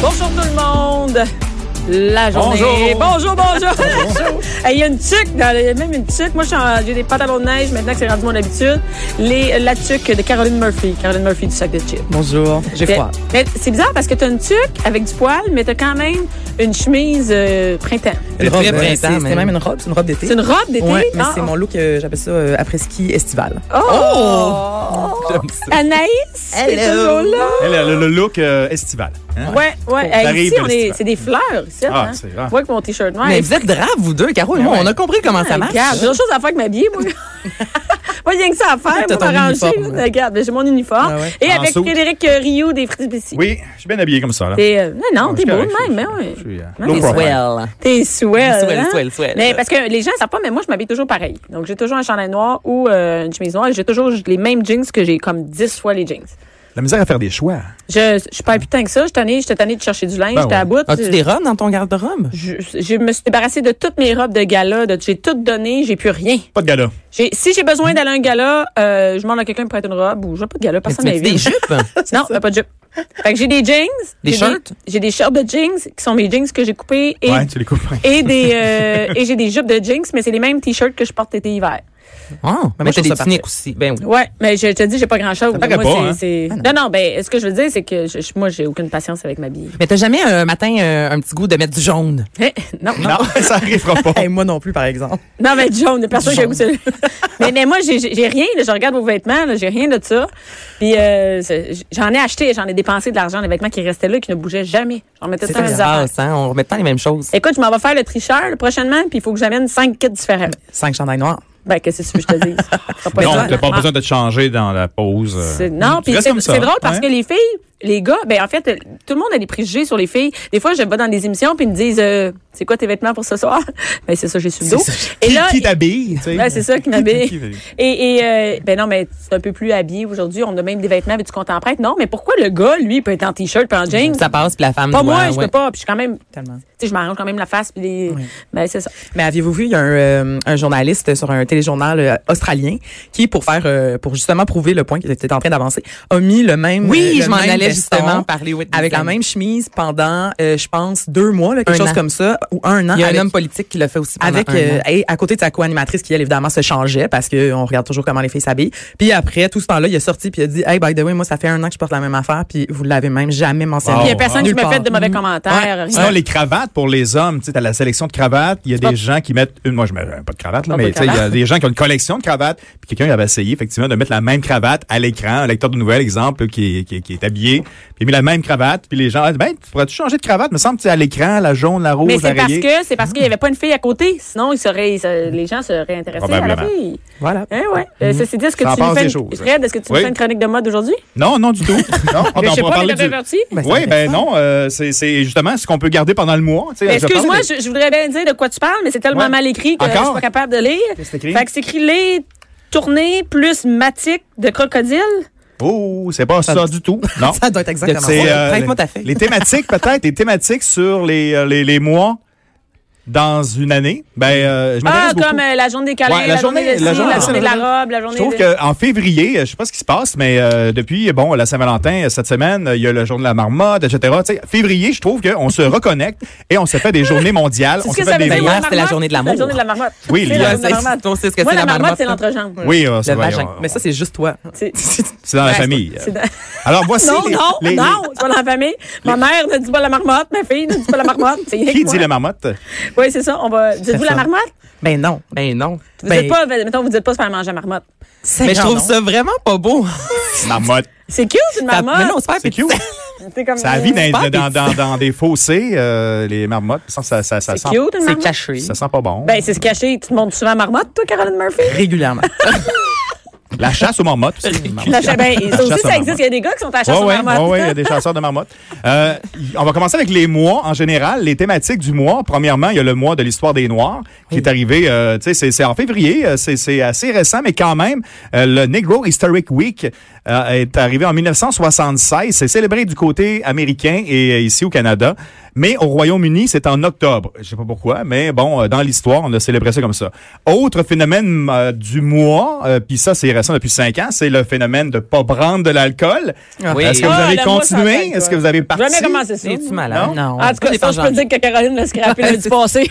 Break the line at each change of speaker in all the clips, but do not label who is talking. Bonjour tout le monde. La journée. bonjour.
Bonjour.
bonjour. Hey, Il y a une tuque, dans le- il y a même une tuque. Moi, je suis en- j'ai des pantalons de neige maintenant que c'est rendu mon habitude. Les, euh, la tuque de Caroline Murphy. Caroline Murphy du sac de chips.
Bonjour, j'ai
Mais-
froid.
mais C'est bizarre parce que t'as une tuque avec du poil, mais t'as quand même une chemise euh, printemps.
Le très
euh,
printemps,
c'est-
même.
C'était même une robe, c'est une robe d'été.
C'est une robe d'été?
Ouais, mais
Ah,
c'est
ah.
mon look, euh, j'appelle ça euh, après-ski estival.
Oh!
J'aime ça.
Anaïs, t'es toujours là?
Elle a le, le look euh, estival. hein?
Ouais, ouais. Hey,
T'arrives
ici, on
de
est,
l'estival.
c'est des fleurs, ici.
Ah,
hein?
c'est
Tu
rare.
vois que mon t-shirt noir.
Mais
est-
vous êtes draves, vous deux, Caro et moi. On a compris comment ça marche.
Regarde, j'ai autre chose à faire que m'habiller, moi. moi, il y a que ça à faire, moi,
T'as ton
m'arranger.
uniforme,
là.
ouais.
Regarde, j'ai mon uniforme.
Ah ouais.
Et
En
avec
saut.
Frédéric euh, Rioux des Fritipissi.
Oui, je suis bien habillé comme ça. Là.
T'es, euh, non, non, t'es
Ah, je suis
beau
correct, je
de
suis-
même,
je
mais
suis-
oui.
je suis, euh,
Non,
low
t'es
Les
profile.
swell.
T'es swell.
Swell,
hein?
swell, swell.
Mais parce que les gens savent pas, mais moi, je m'habille toujours pareil. Donc, j'ai toujours un chandail noir ou euh, une chemise noire. et J'ai toujours les mêmes jeans que j'ai comme 10 fois les jeans.
La misère à faire des choix.
Je, je suis pas putain que ça. Je suis tannée- J'étais tannée de chercher du linge.
Ben
J'étais à
ouais.
bout.
As-tu des robes dans ton garde-robe?
Je, je me suis débarrassée de toutes mes robes de gala. de- J'ai tout donné. J'ai plus rien.
Pas de gala.
J'ai- si j'ai besoin d'aller à un gala, euh, je demande à quelqu'un pour être une robe ou je veux pas de gala,
Mais
personne
tu mets
m'invite.
des jupes? Ah,
Non, euh, pas de jupe. Fait que j'ai des jeans.
Des
j'ai
shirts?
J'ai des shorts de jeans qui sont mes jeans que j'ai coupés et,
Ouais, tu les coupes.
et des euh, et j'ai des jupes de jeans, mais c'est les mêmes t-shirts que je porte été hiver.
Oh, mais
moi, je
t'as
trouve
des
ça
tuniques aussi. Ben oui.
Ouais, mais je te dis, j'ai pas grand chose.
paraît pas, hein?
non. non, ben ce que je veux dire, c'est que je, je- moi, j'ai aucune patience avec ma bille.
Mais t'as jamais un matin euh, un petit goût de mettre du jaune?
Eh, non,
Non, ça arrivera pas.
Hey, moi non plus, par exemple.
Non, mais John, il y a personne qui a goûté. mais, mais moi, j'ai j'ai- j'ai rien. là. je regarde vos vêtements, là, j'ai rien de ça. Puis euh, c'est- j'en ai acheté, j'en ai dépensé de l'argent, des vêtements qui restaient là, qui ne bougeaient jamais. J'en mettais
C'est
ça
ça
dans
qui
les
se
affaires.
passe, hein? On remet pas les mêmes choses.
Écoute, je m'en vais faire le tricheur là, prochainement, puis il faut que j'amène cinq kits différents.
Cinq chandails noirs.
Ben, qu'est-ce que tu veux que je te dise? T'as pas
Non,
besoin.
t'as pas besoin de te changer dans la pause. euh.
C'est- Non,
Tu
puis
restes
c'est
comme ça. hein?
c'est drôle parce
Ouais.
que les filles, les gars, ben en fait, euh, tout le monde a des préjugés sur les filles. Des fois, je vais dans des émissions puis ils me disent, euh, c'est quoi tes vêtements pour ce soir Ben c'est ça, j'ai su le dos. Et
Qui-
là,
Qui t'habille? tu sais?
Ouais, c'est ça qui
Qui-
m'habille.
qui-
Et, et euh, ben non, mais c'est un peu plus habillé aujourd'hui. On a même des vêtements avec du compte en prête. Non, mais pourquoi le gars, lui, peut être en t-shirt puis en jeans?
Ça passe, puis la femme
Pas
doit-
moi, je
ouais.
peux pas. Puis je suis quand même, tu
Tellement.
sais, je m'arrange quand même la face. Puis les... Ben c'est ça.
Mais aviez-vous vu, il y a un, euh, un journaliste sur un téléjournal euh, australien qui, pour faire, euh, pour justement prouver le point qu'il était en train d'avancer, a mis le même.
Oui,
euh, le
je m'en
même
allais
veston
justement parler with
Avec la
design.
même chemise pendant, euh, je pense, deux mois, là, quelque
Un
chose
an.
comme ça, ou un an.
Il y a
avec-
un homme politique qui l'a fait aussi pendant
avec
un
euh,
an.
et à côté de sa co-animatrice qui elle évidemment se changeait parce que on regarde toujours comment les filles s'habillent. Puis après tout ce temps-là, il est sorti puis il a dit "Hey by the way, moi ça fait un an que je porte la même affaire puis vous l'avez même jamais mentionné."
Wow.
Puis il y a personne qui
Nulle
m'a
part.
fait de mauvais commentaires.
Mm-hmm. Sinon,
rien.
les cravates pour les hommes, tu sais, t'as la sélection de cravates, il y a des gens qui mettent une, moi je mets euh, pas de cravate, là,
Pas
mais
de
tu sais, il y a
cravate.
des gens qui ont une collection de cravates, puis quelqu'un il avait essayé effectivement de mettre la même cravate à l'écran, un lecteur de nouvelles, exemple, qui, est- qui, est- qui est habillé, puis il a mis la même cravate, puis les gens, ah, ben, tu pourrais-tu changer de cravate, me semble, tu sais, à l'écran, la jaune, la rouge,
Mais c'est
la
parce
rayée.
que c'est parce qu'il y avait pas une fille à côté. Sinon, il serait, il se- les gens seraient intéressés à la
Probablement. Mm-hmm.
fille.
Voilà.
Eh
Hein, ouais. Euh, Ceci dit, est-ce que
Ça
tu
en
nous
passe
fais
des
une...
choses.
Fred, est-ce que tu nous
Oui.
fais une chronique de mode aujourd'hui?
Non, non, du tout. Non, on
Je
en
sais
pourra
pas, mais
parler
t'as
du...
averti?
Ben, ça
oui, ben
m'intéresse pas.
non, euh, c'est c'est justement ce qu'on peut garder pendant le mois. tu sais,
Mais
je pense
Excuse-moi,
que-
je, je voudrais bien dire de quoi tu parles, mais c'est tellement
Ouais.
mal écrit que
Encore?
je suis pas capable de lire.
Qu'est-ce que c'est écrit?
Fait que c'est écrit les tournées plus matique de crocodile.
Oh, c'est pas ça du tout. Non.
Ça doit être exactement ça.
C'est euh,
Prête-moi ta feuille.
les thématiques peut-être, les thématiques sur les, euh, les, les mois dans une année. Ben, euh, je
Ah,
m'intéresse
comme
beaucoup.
euh, la journée des câlins,
Ouais,
la, journée, de ci, la journée, de la robe, la
Je
journée
trouve
de...
qu'en février, euh, je sais pas ce qui se passe, mais euh, depuis bon la Saint-Valentin euh, cette semaine, euh, il y a le jour de la marmotte, etc. Tu sais, février, je trouve qu'on se reconnecte et on se fait des journées mondiales.
C'est
on
ce
se
que
fait
ça veut
des
dire,
Hier,
la
c'était la
marmotte?
journée de l'amour.
La journée de la marmotte.
Oui,
C'est
les-
la
Ouais,
journée de la marmotte.
on sait ce que
Moi,
c'est
la marmotte, c'est l'entrejambe.
Oui, euh, c'est
Le
vrai,
vagin.
on-
Mais ça c'est juste toi.
C'est-
c'est dans la
Ouais,
famille. Euh,
c'est dans-
Alors voici
Non, non,
les-
non, c'est pas dans la famille. Ma mère ne dit pas la marmotte, ma fille ne dit pas la marmotte. C'est rien
les- qui
que
dit
moi.
la marmotte
Oui, c'est ça. On va. Dites-vous la
Personne.
marmotte?
Ben non.
Ben non.
Vous
Ben-
dites pas, mettons, vous dites pas se faire manger la marmotte.
Mais je trouve
ça
ça vraiment pas beau.
Marmotte.
C'est cute, une
Ça-
marmotte.
Mais non, c'est pas
C'est cute.
C'est comme-
Ça vit dans,
pas
dans, dans, dans des fossés, euh, les marmottes. Ça, ça, ça, ça,
C'est
sent,
cute, une
C'est
marmotte.
caché.
ça sent pas bon.
Ben, c'est se cacher. Tu te montes souvent à marmotte, toi, Caroline Murphy?
régulièrement.
la chasse aux marmottes. aussi.
La cha- ben, ça
chasse
aussi,
aux
ça existe.
marmottes.
Il y a des gars qui sont à la chasse
Oui,
aux marmottes.
il y a des chasseurs de marmottes. Euh, y- on va commencer avec les mois en général, les thématiques du mois. Premièrement, il y a le mois de l'histoire des Noirs qui est arrivé, euh, tu sais, c'est- c'est en février, euh, c'est c'est assez récent, mais quand même, euh, le Negro Historic Week euh, est arrivé en 1976. C'est célébré du côté américain et euh, ici au Canada. Mais au Royaume-Uni, c'est en octobre. Je sais pas pourquoi, mais bon, euh, dans l'histoire, on a célébré ça comme ça. Autre phénomène euh, du mois, euh, puis ça, c'est récent depuis cinq ans, c'est le phénomène de pas prendre de l'alcool.
Oui.
Est-ce que vous
Ah,
avez
le mois sans
continué?
alcool.
Est-ce que vous avez parti?
Jamais commencé ça.
Es-tu malade?
Non.
En tout cas, ça, je peux dire que Caroline l'a scrappé l'année du passé.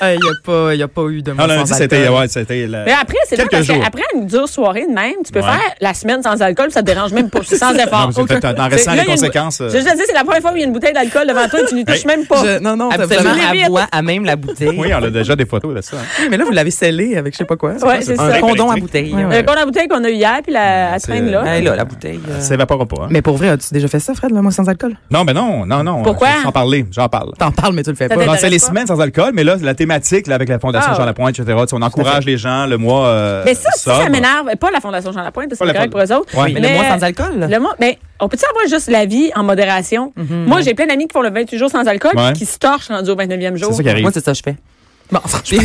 Ah, Il n'y a, pas- y a pas eu de
Non,
mois
Ah, lundi,
sans
c'était,
alcool.
ouais, c'était la-
Mais après, c'est
Quelques
bien parce
jours.
qu'après une dure soirée de même, tu peux
Ouais.
faire la semaine sans alcool, ça te dérange même pas, sans
Non,
effort.
parce que t'as- t'as- en
C'est-
restant
là,
les
il y a une-
conséquences. euh,
Je te dis, c'est la première fois où il y a une bouteille d'alcool devant toi et tu n'y touches
Hey.
même pas. Euh,
Je- non, non, t'as
Absolument,
vraiment-
vraiment-
elle boit à même la bouteille.
Oui, on a déjà des photos de ça.
Euh,
hein.
Mais là, vous l'avez scellé avec je sais pas quoi.
Ouais, c'est
un
ça.
vrai-
condom à bouteille.
Ouais,
Le con la bouteille qu'on a eu hier, puis la elle
C'est-
traîne là.
Ouais, là, la bouteille. euh,
Ça s'évapore pas. hein.
Ah, Mais pour vrai, as-tu déjà fait ça, Fred, le mois sans alcool?
Non, mais non, non, non.
Pourquoi?
J'en parler, j'en parle.
T'en parles, mais tu le fais
Ça
pas.
t'intéresse
Non, c'est les
pas?
semaines sans alcool, mais là, la thématique là, avec la Fondation
Ah,
Jean Lapointe, etc. tu sais, on encourage les gens le mois. euh,
Mais ça, ça, ça
sobre.
m'énerve. Pas la Fondation Jean Lapointe, parce que
Pas
c'est
la
correct pour eux autres.
Ouais. Mhm.
mais
Mais-
le mois sans alcool. là.
Le mot, ben, on peut-tu avoir juste la vie en modération? Moi, j'ai plein d'amis qui font le 28 jours sans alcool
Ouais.
puis qui se torchent rendu au 29e jour.
C'est ça qui arrive.
Moi, c'est ça que je fais.
Bon, franchement.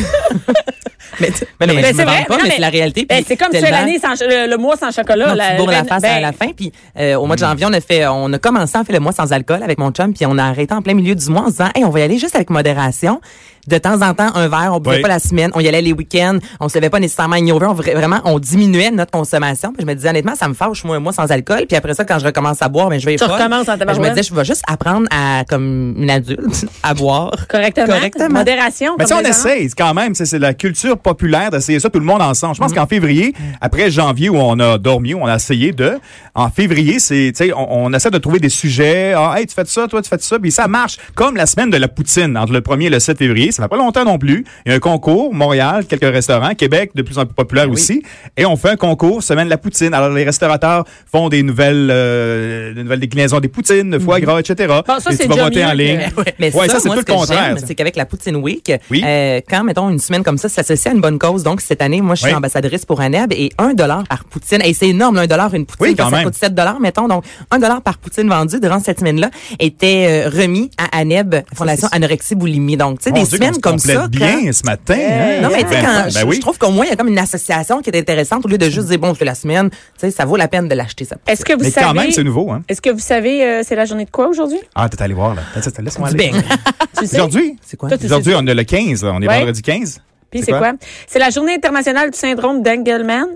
mais,
Mais non, mais,
Ben,
je
c'est
me
vrai,
vante pas,
non,
mais,
mais-
c'est la réalité.
Ben,
puis
c'est comme tu fais
tellement-
l'année sans, ch- le, le mois sans chocolat.
Non, tu te bourres la
le-
face à
ben,
la fin. Puis euh, au mois de janvier, on a fait, on a commencé à faire le mois sans alcool avec mon chum, puis on a arrêté en plein milieu du mois en se disant, hey, on va y aller juste avec modération. De temps en temps, un verre, on buvait
Oui.
pas la semaine, on y allait les week-ends, on se levait pas nécessairement hangover, on vra- vraiment, on diminuait notre consommation. Puis je me disais honnêtement, ça me fâche moi un mois sans alcool. Puis après ça, quand je recommence à boire, ben je vais
Tu
folle.
recommences en
Ben, Je me
tabarouette.
disais, je vais juste apprendre à comme une adulte à boire.
Correctement.
Correctement.
Modération.
Mais si
comme
on
les gens.
essaye quand même, c'est c'est la culture populaire d'essayer ça tout le monde ensemble. Je
Mm-hmm.
pense qu'en février, après janvier où on a dormi, où on a essayé de, en février, c'est, tu sais, on, on essaie de trouver des sujets. Ah, hey, tu fais de ça, toi, tu fais de ça, puis ça marche. Comme la semaine de la poutine entre le 1er et le 7 février, ça fait pas longtemps non plus. Il y a un concours, Montréal, quelques restaurants, Québec, de plus en plus populaire aussi, et on fait un concours semaine de la poutine. Alors les restaurateurs font des nouvelles, euh, des nouvelles déclinaisons des poutines, de foie gras, etc.
Bon, Mm-hmm. Ah, ça,
et
c'est
tu vas
déjà
voter
mieux
en ligne.
que-
Mais
Ouais,
ça,
ça, c'est
moi,
tout
ce
le
que
contraire,
j'aime,
ça.
C'est qu'avec la Poutine Week,
Oui.
euh, quand, mettons, une semaine comme ça s'associe à une bonne cause, donc cette année, moi, je suis
Oui.
ambassadrice pour ANEB et un dollar par Poutine. Et c'est énorme, là, un dollar, une Poutine,
Oui, quand
ça
même.
coûte 7 dollars, mettons. Donc, un dollar par Poutine vendu durant cette semaine-là était euh, remis à ANEB, Fondation Anorexie Boulimie. Donc, tu sais,
Mon
des
Dieu,
semaines
qu'on se
comme ça.
complète
quand- Euh,
bien ce matin. hein?
non, mais tu sais,
Ben,
quand
ben
je,
oui.
je trouve qu'au moins, il y a comme une association qui est intéressante au lieu de juste dire, bon, je fais la semaine, tu sais, ça vaut la peine de l'acheter, ça.
Est-ce que vous
Mais quand
savez.
même, c'est nouveau, hein?
Est-ce que vous savez, euh, c'est la journée de quoi aujourd'hui?
Ah, t'es allé voir, là. Attends, attends, laisse-moi
Du
aller.
beigne.
Tu sais?
Aujourd'hui?
C'est quoi?
Toi, tu
Aujourd'hui,
sais-
on est le 15, là. On est
Ouais.
vendredi 15.
Puis c'est quoi? C'est la journée internationale du syndrome d'Engelman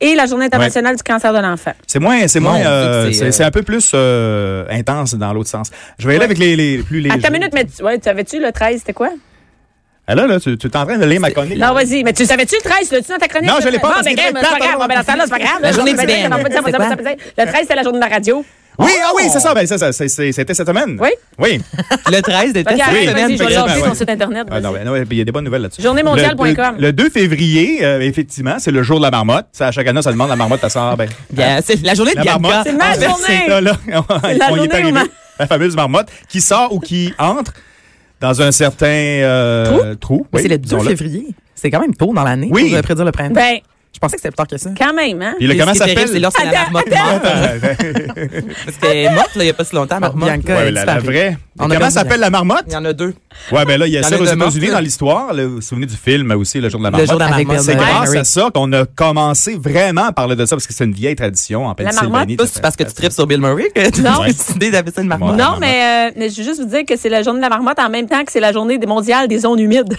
et la journée internationale du cancer de l'enfant.
C'est moins, c'est moins,
Mon Dieu,
euh,
que c'est,
c'est
euh,
c'est un peu plus euh, intense dans l'autre sens. Je vais aller avec les, les plus les.
Attends une minute, mais tu, ouais, tu savais-tu le 13, c'était quoi?
Ah là, là, tu, tu es en train de lire ma chronique.
Non, vas-y, mais tu savais-tu le 13? L'as-tu dans ta chronique?
Non, je l'ai pas,
Bon,
parce
ben,
qu'il
crème,
était
c'est pas
plate,
grave, on va mettre ça, là, c'est pas grave.
La journée
On va
du
mettre ça,
Ben.
on va mettre ça, on va mettre ça, on va
C'est
mettre ça. Le 13, c'était la journée de la radio.
Oui, ah
Oh!
oui, c'est ça. Ben, ça, ça, c'est- c'est- c'était cette semaine.
Oui.
Oui.
Le 13 de
Vas-y,
cette
arrête,
semaine,
vas-y, je vais
peut-être.
lancer
Ouais.
ton site Internet.
Ah,
vas-y.
non, ben, non, puis il y a des bonnes nouvelles là-dessus.
Journéemondiale.com.
Le, le 2 février, euh, effectivement, c'est le jour de la marmotte. Ça, à chaque année, ça demande la marmotte, ça sort. Ben,
Bien, c'est la journée de
La
Bianca.
marmotte.
C'est ma
en fait,
journée.
c'est ça, là.
C'est la
On y
journée où
est arrivé.
ma-
La fameuse marmotte qui sort ou qui entre dans un certain euh, trou.
Mais
Oui,
c'est le 2
disons-le.
février. C'est quand même tôt dans l'année
Oui.
pour euh, prédire le printemps.
Ben,
je pensais que c'était plus tard que ça.
quand même, hein?
Puis le
Et
comment
ce qui est
ça s'appelle?
terrible, C'est lorsque la
Attends,
marmotte meurt. Parce qu'elle est morte, là, il n'y a pas si longtemps,
Bon,
marmotte. euh,
Bianca
Ouais,
a
la, la
disparu.
vraie.
On a
comment
perdu
s'appelle la marmotte?
Il y en a deux.
Ouais, ben là, il y a
Il y en
ça
a
aux
de
États-Unis
mortes.
dans l'histoire. là, Vous vous souvenez du film aussi, Le jour de la
Le
marmotte? Ah,
jour de la
Avec
marmotte.
Bill
C'est
Murray.
grâce
Mary.
à ça qu'on a commencé vraiment à parler de ça parce que c'est une vieille tradition en Pennsylvanie.
marmotte,
Toi, c'est parce que tu tripes sur Bill Murray que tu
Non.
as décidé d'appeler ça une marmotte.
Ouais.
Non, mais, euh, mais je veux juste vous dire que c'est la journée de la marmotte en même temps que c'est la journée des- mondiale des zones humides.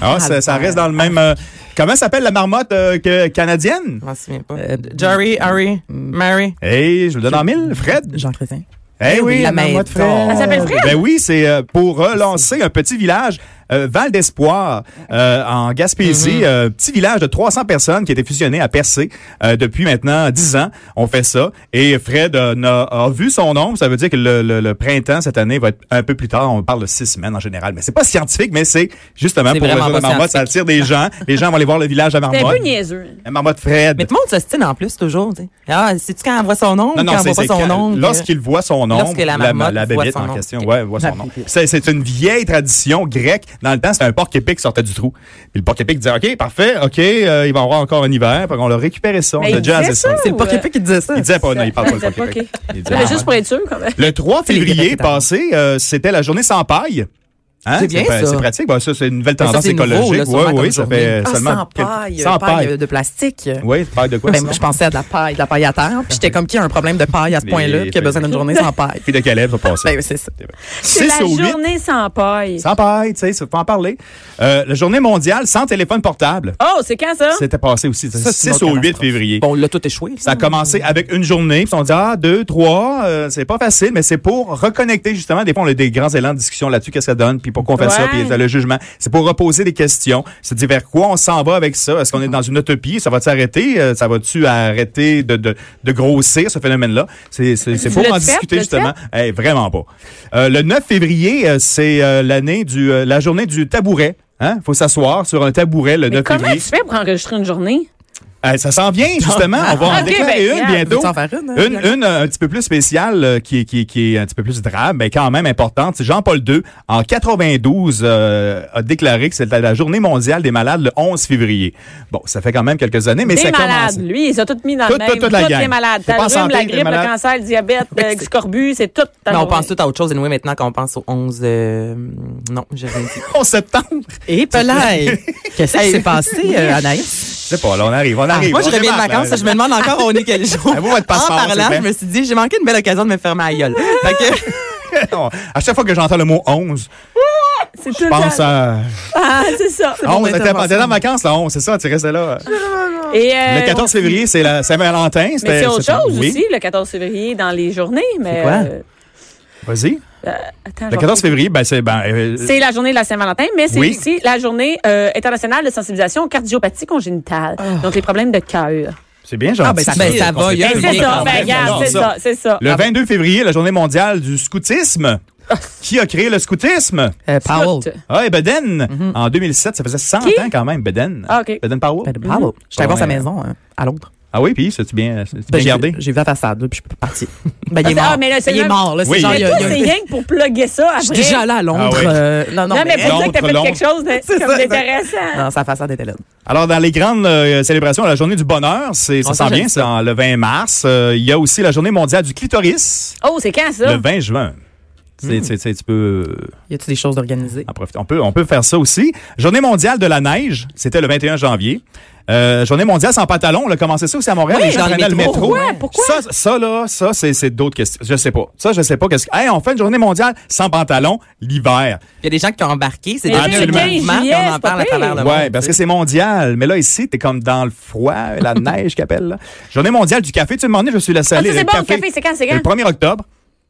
Ah, ça, ça reste dans le même. euh, comment s'appelle la marmotte euh, que- canadienne?
Je m'en souviens pas.
Euh,
Jerry, Harry, Mary.
Hey, je vous le donne en mille, Fred.
Mm. Jean Chrétien.
Eh oui,
oui,
la
la
marmotte
maison.
Fred.
Elle
s'appelle Fred?
Ben oui, c'est euh, pour relancer un petit village, euh, Val d'Espoir, euh, en Gaspésie. euh, petit village de 300 personnes qui a été fusionné à Percé euh, depuis maintenant 10 ans. On fait ça. Et Fred euh, n'a- a, vu son nom. Ça veut dire que le, le- le printemps cette année va être un peu plus tard. On parle de six semaines en général. Mais c'est pas scientifique, mais c'est justement
C'est
pour le
vraiment
jour de la
pas
marmotte. Ça
scientifique.
attire des gens. Les gens vont aller voir le village à
C'est un
marmotte.
peu niaiseux. hein.
La marmotte Fred.
Mais tout le monde s'ostine en plus, toujours. tu sais. Ah, c'est-tu quand elle voit son nom ou
Non, non,
quand
c'est
elle voit pas
c'est
son
quand-
nom? que-
Lorsqu'il voit son nom,
Lorsque la marmotte voit
bébête
son
en
nom.
question,
Ok.
ouais, voit son nom. C'est c'est une vieille tradition grecque. Dans le temps, c'était un porc épic qui sortait du trou. Puis le porc épic disait, OK, parfait, OK, euh, il va y avoir encore un hiver. Fait qu'on l'a récupéré ça, on
Mais
l'a
il
déjà
disait
assaisonné.
ça?
C'est le
Ouais.
porc qui disait ça.
Il disait pas, Oh, non, il parle pas
C'est
de porc épic.
pas ok.
Il disait,
Mais
ah,
Juste pour être sûr, quand même.
le 3
C'est les
février
Grecs qui étaient
passé, euh, c'était la journée sans paille. Hein?
C'est bien,
pas-
ça.
C'est pratique. Ben, ça, c'est une nouvelle tendance
c'est nouveau, là,
écologique.
sûrement,
Oui,
comme
oui, ça
journée.
fait
Ah,
seulement.
sans paille,
Sans
paille,
paille.
de plastique.
euh,
Oui, paille de quoi?
Ben,
sinon?
je pensais à de la paille, de la paille à terre. Puis j'étais comme qui a un problème de paille à ce
Les
point-là, puis qui a besoin d'une journée sans paille.
Puis de Caleb, ça passe.
Ben, oui, c'est ça.
C'est
6
la
au 8.
journée sans paille.
Sans paille, tu sais, ça, faut en parler. Euh, la journée mondiale sans téléphone portable.
Oh, c'est quand ça?
C'était passé aussi.
Ça, c'est une
6
autre
au 8
catastrophe.
février.
Bon, là, tout échoué.
Ça a commencé
Hmm.
avec une journée, puis on dit ah deux, trois, euh, c'est pas facile, mais c'est pour reconnecter justement. Des fois on a des grands élans de discussion là-dessus, qu'est-ce que ça donne, puis pourquoi on fait ça,
Ouais.
puis le jugement. C'est pour reposer des questions. C'est dire vers quoi on s'en va avec ça. Est-ce qu'on est dans une utopie Ça va s'arrêter Euh, Ça va-tu arrêter de, de, de grossir ce phénomène-là C'est c'est c'est
Tu
pour
l'as
en
fait?
discuter
L'as-tu
justement. Eh, vraiment pas. Euh, le 9 février, euh, c'est euh, l'année du euh, la journée du tabouret. Hein? Faut s'asseoir sur un tabouret le
Mais
9
comment tu
février.
fais pour enregistrer une journée?
Euh, ça s'en vient, justement. On va en
Ok,
déclarer
ben,
une
Yann,
bientôt.
veux-tu en faire une, hein,
Une,
Yann?
une, euh, un petit peu plus spéciale, euh, qui, est- qui, est- qui est un petit peu plus drabe, mais quand même importante. C'est Jean-Paul II, en 92, euh, a déclaré que c'était la journée mondiale des malades le 11 février. Bon, ça fait quand même quelques années, mais
des
ça
malades.
commence.
Lui, ils ont tout mis dans
Tout-
le même.
tout- toute la
Toutes
gang.
les malades.
T'es
T'as
pas
le rhume,
en santé
la
avec les
grippe, le
malades.
cancer, le diabète,
Oui,
le
c'est-
scorbut, c'est tout. ta
Mais Ben, on
journée.
pense tout à autre chose, anyway, maintenant qu'on pense au 11... euh, non, j'ai rien dit.
11 septembre.
Et Pelay! Qu'est-ce qui s'est passé, euh, Anaïs?
Je sais pas, là, on arrive, on
Ah,
arrive.
Moi, je
on
reviens de
démarre,
vacances,
là.
je me demande encore on est quel jour.
Ah, vous, votre passeport,
en parlant,
c'est bien.
je me suis dit, j'ai manqué une belle occasion de me faire ma gueule. Fait que,
Non, À chaque fois que j'entends le mot 11,
C'est tout
je
le
pense
temps.
à...
Ah, c'est ça.
11, t'étais
intervention.
t'étais en vacances, là, 11, c'est ça, tu restais là.
Et, euh,
Ah. Le 14 février, c'est la Saint-Valentin.
Mais
c'était-
c'est autre
c'était-
chose
oui.
aussi, le 14 février, dans les journées. Mais
C'est quoi?
euh,
Vas-y.
attends,
Le
je
14 février, ben, c'est, ben, euh,
C'est la journée de la Saint-Valentin, mais c'est
Oui.
aussi la journée euh, internationale de sensibilisation aux cardiopathies congénitales, donc les problèmes de cœur.
c'est bien gentil.
Ah, ben, ça-
Ben,
ben, ça
va, il y a
Ben,
un
c'est
lien
ça,
quand
ben,
même,
regarde,
j'adore
c'est ça, c'est ça.
Le 22 février, la journée mondiale du scoutisme. Qui a créé le scoutisme?
Ah,
Euh, Powell.
tout.
Ah, et Beden. En 2007, ça faisait 100
Qui?
ans quand même, Beden.
Ah, OK.
Beden Powell.
Ben, de Powell. J'étais allée voir sa
Ouais.
maison euh, à Londres.
Ah oui, puis c'est-tu bien, c'est-tu bien
Ben, j'ai-
gardé?
J'ai vu la façade, là, puis je suis parti. Ben, il est
Ah,
mort.
mais là, c'est
Ben, il est
le-
mort, là.
Oui.
C'est genre,
Mais
il y
toi,
a- il y
c'est
a-
rien que pour plugger ça après.
Je suis déjà allé à Londres.
Ah ouais.
euh, non, non,
Non, mais
mais.
pour dire que t'as fait
Londres,
quelque chose de-
C'est
comme
ça,
d'intéressant.
Non, sa façade était laide.
Alors, dans les grandes euh, célébrations, la journée du bonheur, c'est, ça
On
s'en
s'en
vient,
jette
c'est en- le 20 mars. Euh, Il y a aussi la journée mondiale du clitoris,
Oh, c'est quand ça?
le 20 juin. C'est, c'est- c'est- tu peux euh,
Y a-tu des choses organisées?
en profiter. On peut, on peut faire ça aussi. Journée mondiale de la neige, c'était le 21 janvier. Euh, journée mondiale sans pantalon, on a commencé ça aussi à Montréal.
Oui,
les gens
dans les
prenaient le métro.
métros.
Pourquoi? Pourquoi?
Ça, ça là, ça c'est c'est d'autres questions. Je sais pas. Ça, je sais pas. Qu'est-ce que- Hey, on fait une journée mondiale sans pantalon l'hiver.
il y a des gens qui ont embarqué, c'est
Mais
devenu
absolument.
un mouvement, puis on en
c'est pas
parle à
pire.
travers le monde.
Ouais, parce que
tu sais.
c'est mondial. Mais là ici, t'es comme dans le froid, la neige qu'appelle. là. Journée mondiale du café. Tu me demandais, je suis la
Ah, ça,
salée.
c'est bon, le café, c'est quand, c'est quand?
Le 1er octobre.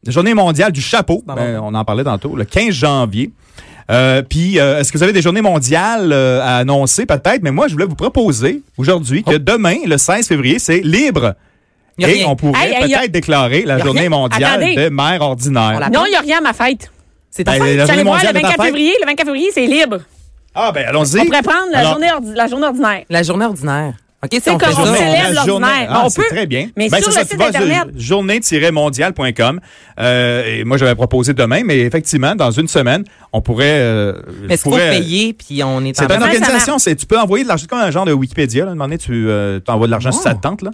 Journée mondiale du chapeau.
Dans
Ben,
mon-
on en parlait tantôt. Le 15 janvier. Euh, Puis, euh, est-ce que vous avez des journées mondiales euh, à annoncer peut-être? Mais moi, je voulais vous proposer aujourd'hui que demain, le 16 février, c'est libre.
Il y
Et
a rien.
on pourrait
Hey, hey, Oh. y a-
peut-être déclarer la
y a
journée
rien.
mondiale
Attendez.
des mères ordinaires.
On la-
Non, il n'y a rien à ma fête.
C'est
Ben,
ta fête?
la journée
J'allais voir le
mondiale de ta
24
fête.
février. Le 24 février, c'est libre.
Ah, ben allons-y.
On pourrait prendre la,
Alors,
journée, ordi- la journée ordinaire.
La journée ordinaire. OK, tu sais,
C'est
on fait
comme on
ça.
célèbre
la journée.
l'ordinaire.
Ah,
On
c'est
peut.
très bien.
Mais
Ben,
sur
c'est
le
ça, tu
site
vas
Internet.
sur journée-mondiale.com. Euh, et moi, j'avais proposé demain, mais effectivement, dans une semaine, on pourrait... euh,
Mais c'est faut
pourrait-
payer, puis on est en
C'est une
marche. Ça
organisation,
marche.
c'est tu peux envoyer de l'argent c'est comme un genre de Wikipédia là, à un moment donné, tu euh, t'envoies de l'argent sur
Oh.
sa tente là.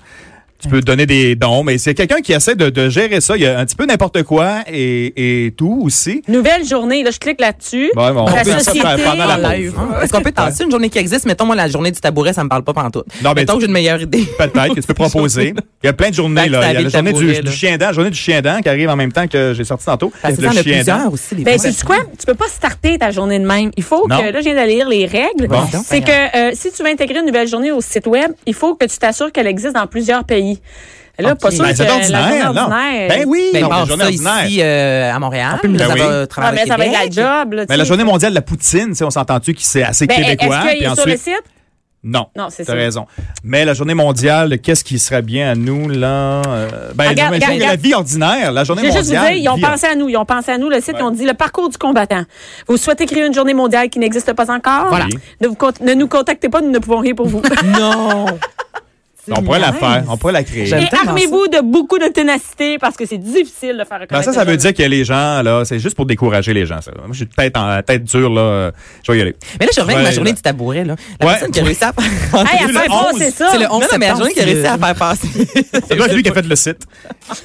Tu peux donner des dons, mais c'est quelqu'un qui essaie de, de gérer ça. Il y a un petit peu n'importe quoi et, et tout aussi.
Nouvelle journée. Là, je clique là-dessus.
Bon, bon, on
La
peut dire ça
société.
pendant la
En
pause.
live.
Ah, Est-ce qu'on peut tasser une journée qui existe? Mettons, moi, la journée du tabouret, ça me parle pas pantoute.
Non, mais
Mettons
tu-
que j'ai une meilleure idée.
Peut-être que tu peux proposer. Il y a plein de journées.
Fait que
Là. Il y
ça
a la
habite
journée du,
tabouret,
du
là.
chien dent, la journée du chien dent qui arrive en même temps que j'ai sorti tantôt.
Parce que ça, on a plusieurs aussi, les
Ben,
fois.
c'est quoi? Tu peux pas starter ta journée de même. Il faut
Non.
que, là, je viens de lire les règles.
Bon.
C'est que euh, si tu veux intégrer une nouvelle journée au site Web, il faut que tu t'assures qu'elle existe dans plusieurs pays. Là,
Ok.
pas sûr
Ben,
que
c'est
euh, la
ordinaire,
journée
non?
ordinaire-
Ben oui,
Ben,
non,
passe
la journée
ça
ordinaire.
ici euh, à Montréal.
plus,
ça
ben oui.
va
Ah,
travailler
mais ça
au
va être la
Québec.
job. Là, tu
Mais Ben, la
sais.
journée mondiale de la poutine, tu sais, on s'entend-tu que c'est assez
Ben,
québécois?
Est-ce qu'il
puis
est sur le
ensuite-
site?
Non,
Non, c'est
t'as
ça.
raison. Mais la journée mondiale, de qu'est-ce qui serait bien à nous, là? euh, ben,
Regarde,
non, mais
regarde,
je trouve que la
regarde.
vie ordinaire, la journée
Je veux
mondiale.
juste vous dire, ils ont
vie-
pensé à nous. Ils ont pensé à nous. Le site, ils ont dit le parcours du combattant. Vous souhaitez créer une journée mondiale qui n'existe pas encore?
Voilà.
Ne, vous con- ne nous contactez pas, nous ne pouvons rien pour vous.
Non!
On pourrait la faire, on pourrait la créer.
J'aime
Et
tellement
armez-vous de beaucoup de ténacité parce que c'est difficile de faire reconnaître.
Ben, ça, ça
les
veut
gens.
dire que les gens, là, c'est juste pour décourager les gens. Ça. Moi, je suis tête en tête dure, là. euh, Je vais y aller.
Mais là, je reviens avec ma
Ouais,
journée
là.
du tabouret, là. La
Ouais.
personne qui a réussi à faire.
Hey, à
Le
faire
11,
passer ça.
c'est le 11
Non, non, mais la journée qui a réussi à faire passer.
C'est toi, lui qui a fait le site.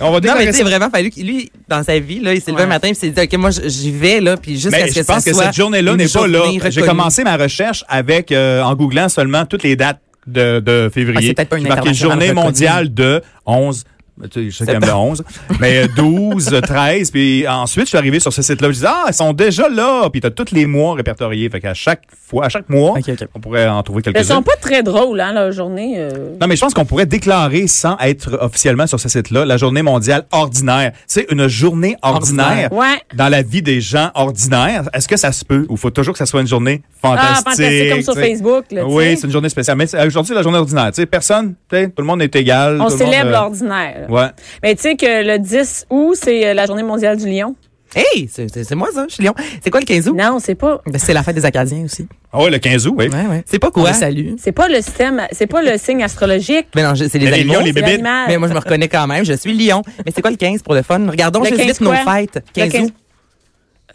On va
Non, mais
déclarer
tu sais,
ça.
vraiment fallu que lui, dans sa vie, là, il s'est levé
Ouais.
un matin et s'est dit, OK, moi, j- j'y vais, là, puis juste
Mais
parce
je
que ça
pense que
soit
cette journée-là
une
n'est pas là.
journée
J'ai
reconnue.
commencé ma recherche avec euh, en googlant seulement toutes les dates de, de février.
Ah, c'est peut-être pas une
J'ai marqué
internationale
journée
reconnue.
mondiale de 11. tu sais, Je sais quand même
Septembre.
le 11, mais euh, 12, 13, puis ensuite je suis arrivé sur ce site-là. Je disais ah ils sont déjà là, puis t'as tous les mois répertoriés. Fait qu'à chaque fois, à chaque mois,
Ok, ok.
on pourrait en trouver
Elles
quelques-uns.
sont pas très drôles, hein, la journée. euh.
Non, mais je pense qu'on pourrait déclarer sans être officiellement sur ce site-là la journée mondiale ordinaire. C'est une journée ordinaire,
Ordinaire.
Ouais.
dans la vie des gens ordinaires. Est-ce que ça se peut ou faut toujours que ça soit une journée fantastique?
Ah, fantastique, comme sur
tu sais?
Facebook, là, tu sais.
oui, c'est une journée spéciale. Mais c'est- aujourd'hui, la journée ordinaire, tu sais, personne, tu sais, tout le monde est égal.
On
tout le monde,
célèbre
euh,
l'ordinaire. là.
Ouais.
Mais tu sais que le 10 août, c'est euh, la journée mondiale du lion.
Hey, c'est- c'est c'est moi, ça, je suis Lyon. C'est quoi le 15 août?
Non, c'est pas.
Ben, c'est la fête des Acadiens aussi.
Ah ouais, le 15 août, oui.
Ouais, ouais. Ah, C'est pas quoi?
On les salue.
C'est pas le système, c'est pas le signe astrologique.
Mais Ben, non, je- c'est les
Mais les
animaux.
lions, les
c'est
bébites.
l'animal.
Mais moi, je me reconnais quand même. Je suis Lyon. Mais c'est quoi le 15 pour le fun? Regardons
Le
juste
15
vite nos
quoi?
fêtes.
Le
15 août.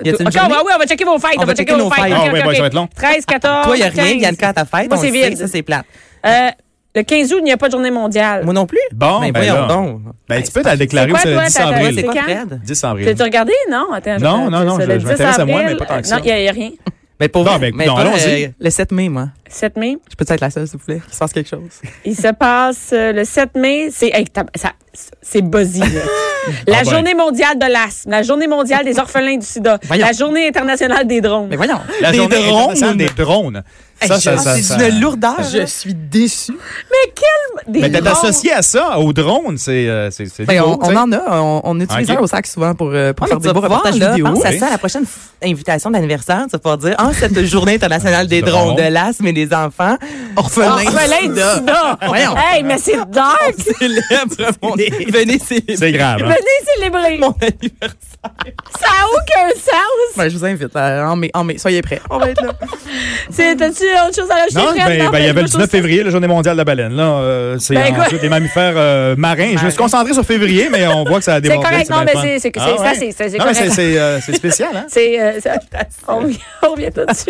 Y a-t-il une
OK, on
journée?
va, oui, on va checker vos fêtes. On, va checker vos fêtes.
Ah,
OK,
ouais,
OK,
ouais,
OK.
ça va être long.
13, 14.
Toi, il n'y a rien, il y a
15.
le cas à ta fête.
Moi,
on
c'est
le sait,
vide.
Ça, c'est plate.
Euh, le 15 août, il n'y a pas de journée mondiale.
Moi non plus.
Bon,
Mais
ben
voyons
là.
donc.
Ben, tu peux la déclarer
quoi,
aussi le
toi,
10
ta- ta-
avril.
c'est
C'est quoi,
quand?
Fred?
10 avril.
T'as-tu regardé? Non, attends. je-
Non,
je-
non, non,
c'est
je-
le
je
10
m'intéresse à moi,
avril.
mais pas tant que
Non,
ça.
il n'y a, rien.
Mais pour
Non,
vrai,
ben,
mais
non,
pas,
allons-y.
euh, le 7 mai, moi.
7 mai.
Je peux être la seule, s'il vous plaît, qu'il se passe quelque chose.
Il se passe euh, le 7 mai, c'est hey, tab- ça- c'est buzzy. là. la
Ah ben.
journée mondiale de l'asthme, la journée mondiale des orphelins du sida,
Voyons.
la journée internationale des drones.
Mais voyons.
La
Des
journée
drones.
internationale des drones.
Hey,
Ça,
je-
ça, ça,
c'est
ça-
une lourdeur.
Je suis déçue.
Mais quel des
Mais t'es
drones?
associé à ça, aux drones, c'est, euh, c'est, c'est
Ben,
nouveau,
on,
tu sais.
on en a, on, on utilise
Ok.
un au sac souvent pour, euh, pour
Ouais,
faire
mais tu
des
vas
beaux
pouvoir,
reportages
là,
vidéo.
pense à
Oui.
ça à la prochaine f- invitation d'anniversaire. Tu vas pouvoir dire, ah, cette journée internationale des
Des
drones, de
drones.
l'asthme et des enfants. Ah,
Orphelin.
Orphelin du sida.
Voyons.
Hey, mais c'est
Oh,
dark.
Célèbre mon- Venez célébrer
C'est grave. hein?
Venez célébrer.
mon anniversaire.
Ça n'a aucun sens.
Ben, je vous invite euh, en mai, en mai. Soyez prêts.
On va être là.
C'est T'as-tu autre chose à lâcher?
Non,
Fred?
ben, ben, il y
ben,
avait le
je trouve
19 février, la journée mondiale de la baleine. Là, euh, c'est
Ben,
en
écoute.
jeu des mammifères euh, marins. Je me suis concentré sur février, mais on voit que ça a débordé.
correct.
bien
Non, mais
le fun.
c'est- c'est- c'est-
Ah,
ça,
ouais.
c'est- c'est- c'est
Non, mais
correct.
c'est- c'est euh, c'est spécial, hein?
ça- C'est, euh, ça- on revient- on revient tout de suite.